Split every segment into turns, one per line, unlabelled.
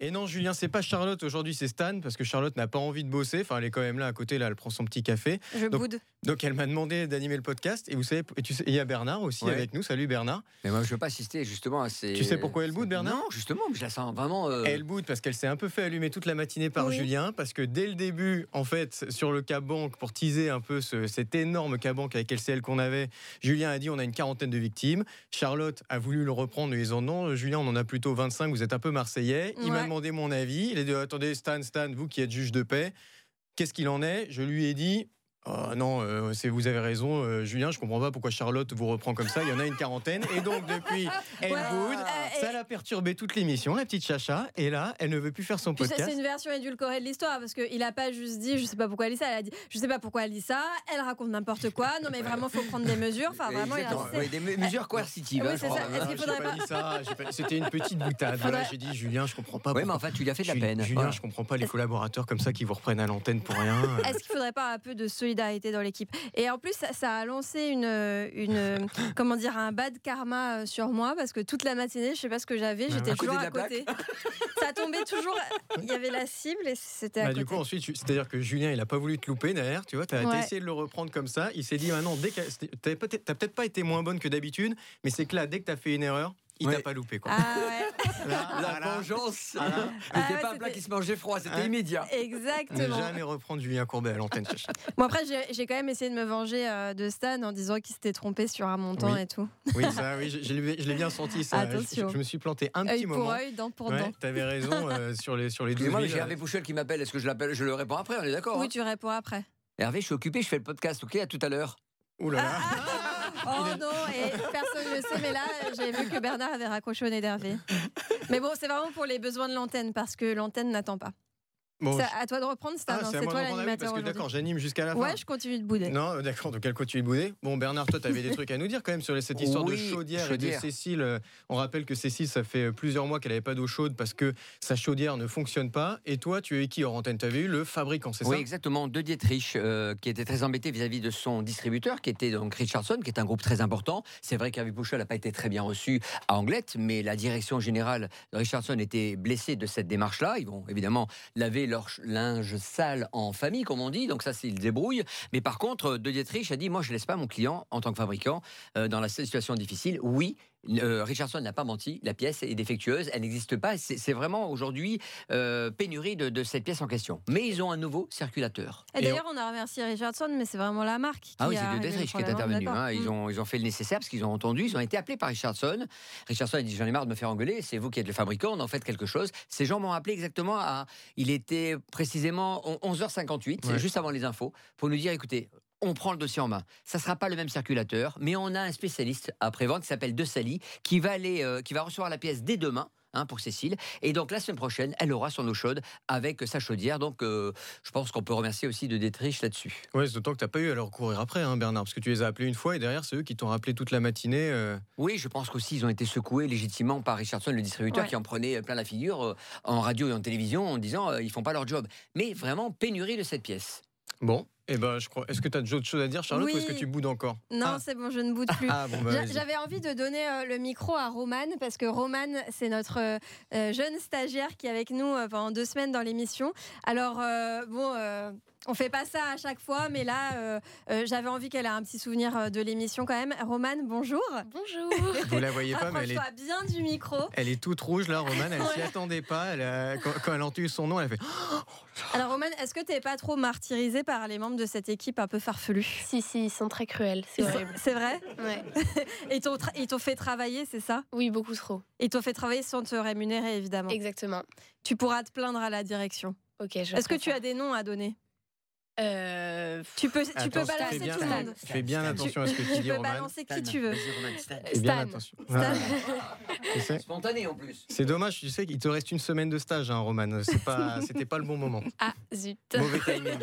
Et non, Julien, c'est pas Charlotte aujourd'hui, c'est Stan, parce que Charlotte n'a pas envie de bosser. Enfin, elle est quand même là à côté, là, elle prend son petit café.
Je
Donc-
boude.
Donc, elle m'a demandé d'animer le podcast. Et vous savez, et tu sais, il y a Bernard aussi
Ouais.
avec nous. Salut Bernard.
Mais moi, je veux pas assister justement à ces.
Tu sais pourquoi elle boude, Bernard
Non, justement, je la sens vraiment. euh,
Elle boude parce qu'elle s'est un peu fait allumer toute la matinée par
Oui.
Julien, parce que dès le début, en fait, sur le cas banque, pour teaser un peu ce- cet énorme cas banque avec LCL qu'on avait, Julien a dit on a une quarantaine de victimes. Charlotte a voulu le reprendre, lui disant non, Julien, on en a plutôt 25, vous êtes un peu marseillais. Il m'a
Ouais.
demandé mon avis. Il a dit attendez, Stan, Stan, vous qui êtes juge de paix, qu'est-ce qu'il en est Je lui ai dit. Ah non, euh, c'est- vous avez raison, euh, Julien, je comprends pas pourquoi Charlotte vous reprend comme ça, il y en a une quarantaine. Et donc depuis, elle
Ouais,
boude,
euh,
ça
et-
l'a perturbé toute l'émission, la petite Chacha. Et là, elle ne veut plus faire son
Puis ça,
podcast.
c'est une version édulcorée de l'histoire parce qu'il a pas juste dit je sais pas pourquoi elle dit ça, elle a dit je sais pas pourquoi elle dit ça, elle raconte n'importe quoi, non mais vraiment faut prendre des mesures, enfin vraiment il a
exactement,
insisté.
ouais, des me- mesures
Ah
coercitives.
Oui,
hein, je
c'est ça.
crois.
Est-ce qu'il
oh j'ai
faudrait
pas
pas-
dit ça, j'ai pas- C'était une petite boutade. Voilà,
Faudrait-
j'ai dit Julien, je comprends pas.
Ouais, mais
pourquoi-
en fait, tu lui as fait de la
Ju-
peine.
Julien,
Voilà.
je comprends pas les collaborateurs comme ça qui vous reprennent à l'antenne pour rien.
Est-ce qu'il faudrait pas un peu de solidarité dans l'équipe Et en plus, ça, ça a lancé une, une comment dire, un bad karma euh, sur moi parce que toute la matinée, je sais pas ce que j'avais, j'étais
À côté
toujours
de la
à côté. ça tombait toujours, il y avait la cible et c'était à
Bah,
côté.
du coup, ensuite, tu- c'est-à-dire que Julien, il a pas voulu te louper derrière, tu vois. T'as t'as
Ouais.
essayé de le reprendre comme ça. Il s'est dit, ah non, dès que t'as peut- t'as peut-être pas été moins bonne que d'habitude, mais c'est que là, dès que t'as fait une erreur, il
Ouais.
t'a pas loupé, quoi.
ah ouais.
Là, là,
La
là,
vengeance.
Ah là.
Ah
C'était
ouais,
pas un plat
c'était-
qui se mangeait froid, c'était
Hein
immédiat.
ne
Ah Exactement.
jamais reprendre Julien Courbet à l'antenne. Chacha.
Bon après j'ai- j'ai quand même essayé de me venger euh, de Stan en disant qu'il s'était trompé sur un montant
Oui.
et tout.
Oui, ça, oui, je, je l'ai je l'ai bien senti. Ça. Je-
Attention. Ah,
Je, me suis planté un petit
Œil pour
moment.
œil, dent pour
Ouais,
dent.
t'avais raison euh, sur les sur les 12
Excusez-moi, mais
000,
j'ai
euh,
Hervé Pouchel qui m'appelle. Est-ce que je l'appelle Je le réponds après, on est d'accord
Oui,
hein
tu réponds après.
Hervé, je suis occupé, je fais le podcast, ok À tout à l'heure.
Ouh là là.
Oh non, et personne ne le sait, mais là, j'ai vu que Bernard avait raccroché au nez d'Hervé. Mais bon, c'est vraiment pour les besoins de l'antenne, parce que l'antenne n'attend pas.
Bon,
C'est
Oh, je-
à toi de reprendre,
Ah,
Stan, hein,
c'est à
c'est
moi d'en
toi
prendre la vie, Parce
l'animateur
que
aujourd'hui.
d'accord, j'anime jusqu'à la fin.
Ouais, je continue de bouder.
Non, euh, d'accord, donc à quoi tu es boudé Bon, Bernard, toi, t'avais des trucs à nous dire quand même sur les- cette histoire
Oui,
de chaudière, et de
chaudière.
Cécile. Euh, On rappelle que Cécile, ça fait euh, plusieurs mois qu'elle n'avait pas d'eau chaude parce que sa chaudière ne fonctionne pas. Et toi, tu es qui hors antenne T'avais eu le fabricant, c'est
Oui,
ça
exactement. De Dietrich, euh, qui était très embêté vis-à-vis de son distributeur, qui était donc Richardson, qui est un groupe très important. C'est vrai qu'Hervé Pouchol n'a pas été très bien reçu à Anglette, mais la direction générale de Richardson était blessée de cette démarche-là. Ils vont évidemment laver leur ch- linge sale en famille, comme on dit. Donc ça, c'est- ils se débrouillent. Mais par contre, De Dietrich a dit, moi, je laisse pas mon client en tant que fabricant euh, dans la situation difficile. Oui. euh, Richardson n'a pas menti, la pièce est défectueuse, elle n'existe pas. C'est c'est vraiment aujourd'hui euh, pénurie de, de cette pièce en question. Mais ils ont un nouveau circulateur.
Et d'ailleurs, on a remercié Richardson, mais c'est vraiment la marque qui
Ah oui,
a
c'est de
réglé le
Dietrich qui est
problème, Mm. on
intervenu.
d'accord.
hein. Ils, ont, ils ont fait le nécessaire parce qu'ils ont entendu, ils ont été appelés par Richardson. Richardson a dit J'en ai marre de me faire engueuler, c'est vous qui êtes le fabricant, on en fait quelque chose. Ces gens m'ont appelé exactement à. Il était précisément on- 11h58,
Ouais.
c'est juste avant les infos, pour nous dire Écoutez, on prend le dossier en main. Ça ne sera pas le même circulateur, mais on a un spécialiste après-vente qui s'appelle De Sally, qui va, aller, euh, qui va recevoir la pièce dès demain. hein, pour Cécile. Et donc la semaine prochaine, elle aura son eau chaude avec sa chaudière. Donc euh, je pense qu'on peut remercier aussi de Dietrich là-dessus.
Ouais, c'est d'autant que t'as pas eu à leur courir après, hein, Bernard, parce que tu les as appelés une fois et derrière, c'est eux qui t'ont rappelé toute la matinée. euh,
Oui, je pense qu'aussi ils ont été secoués légitimement par Richardson, le distributeur,
Ouais.
qui en prenait plein la figure euh, en radio et en télévision en disant euh, ils font pas leur job. Mais vraiment pénurie de cette pièce.
Bon, et ben, je crois. Est-ce que t'as d'autres choses à dire, Charlotte,
Oui.
ou est-ce que tu boudes encore
Non,
Ah.
c'est bon, je ne boude plus.
Ah bon, bah,
J'a-
vas-y.
J'avais envie de donner euh, le micro à Romane parce que Romane, c'est notre euh, euh, jeune stagiaire qui est avec nous euh, pendant deux semaines dans l'émission. Alors, euh, bon, euh, on fait pas ça à chaque fois, mais là, euh, euh, j'avais envie qu'elle ait un petit souvenir euh, de l'émission quand même. Romane, bonjour.
Bonjour.
Vous la voyez pas, mais elle est
Approche-toi bien du micro.
Elle est toute rouge là, Romane, elle s'y
Ouais.
attendait pas. Elle a- quand, quand elle a entendu son nom, elle a fait
Alors, Romane, est-ce que t'es pas trop martyrisée par les membres de cette équipe un peu farfelue
si, si, ils sont très cruels, c'est horrible.
C'est vrai
Ouais.
Et Ils t'ont tra- ils t'ont fait travailler, c'est ça
Oui, beaucoup trop.
Ils t'ont fait travailler sans te rémunérer, évidemment.
Exactement.
Tu pourras te plaindre à la direction.
Ok, je.
Est-ce que tu as des noms à donner
Euh,
Tu peux, tu peux
Attends,
balancer
fais bien-
tout le monde.
Fais bien attention à ce que
Tu
tu dis,
peux
Romane.
balancer qui tu veux.
Fais Eh bien
Stan.
attention.
Stan.
Ah, tu sais,
Spontané en plus.
C'est dommage, tu sais qu'il te reste une semaine de stage, hein, Romane. C'est pas, c'était pas le bon moment.
Ah, zut.
Mauvais timing.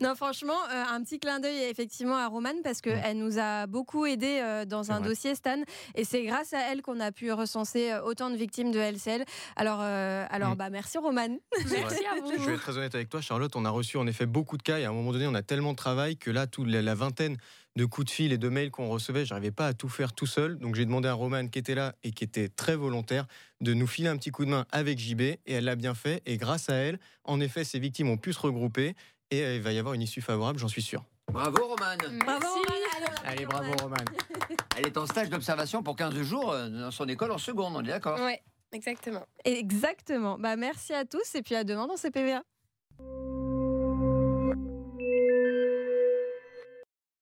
Non, franchement, euh, un petit clin d'œil effectivement à Romane parce qu'elle nous a beaucoup aidé euh, dans
C'est
un
vrai.
dossier Stan et c'est grâce à elle qu'on a pu recenser euh, autant de victimes de LCL. Alors, euh, alors
Mm.
bah merci Romane.
Merci à
Je vais
vous.
être très honnête avec toi, Charlotte. On a reçu en effet beaucoup de cas et à un moment donné, on a tellement de travail que là, toute la, la vingtaine de coups de fil et de mails qu'on recevait, j'arrivais pas à tout faire tout seul. Donc j'ai demandé à Romane qui était là et qui était très volontaire de nous filer un petit coup de main avec JB et elle l'a bien fait. Et grâce à elle, en effet, ces victimes ont pu se regrouper et euh, il va y avoir une issue favorable, j'en suis sûr.
Bravo, Romane.
Bravo
Merci.
Romane. Allez, on applaudit Romane.
Romane.
Elle est en stage d'observation pour 15 jours euh, dans son école en seconde, on est d'accord
Ouais, exactement.
Exactement. Bah merci à tous et puis à demain dans CPVA.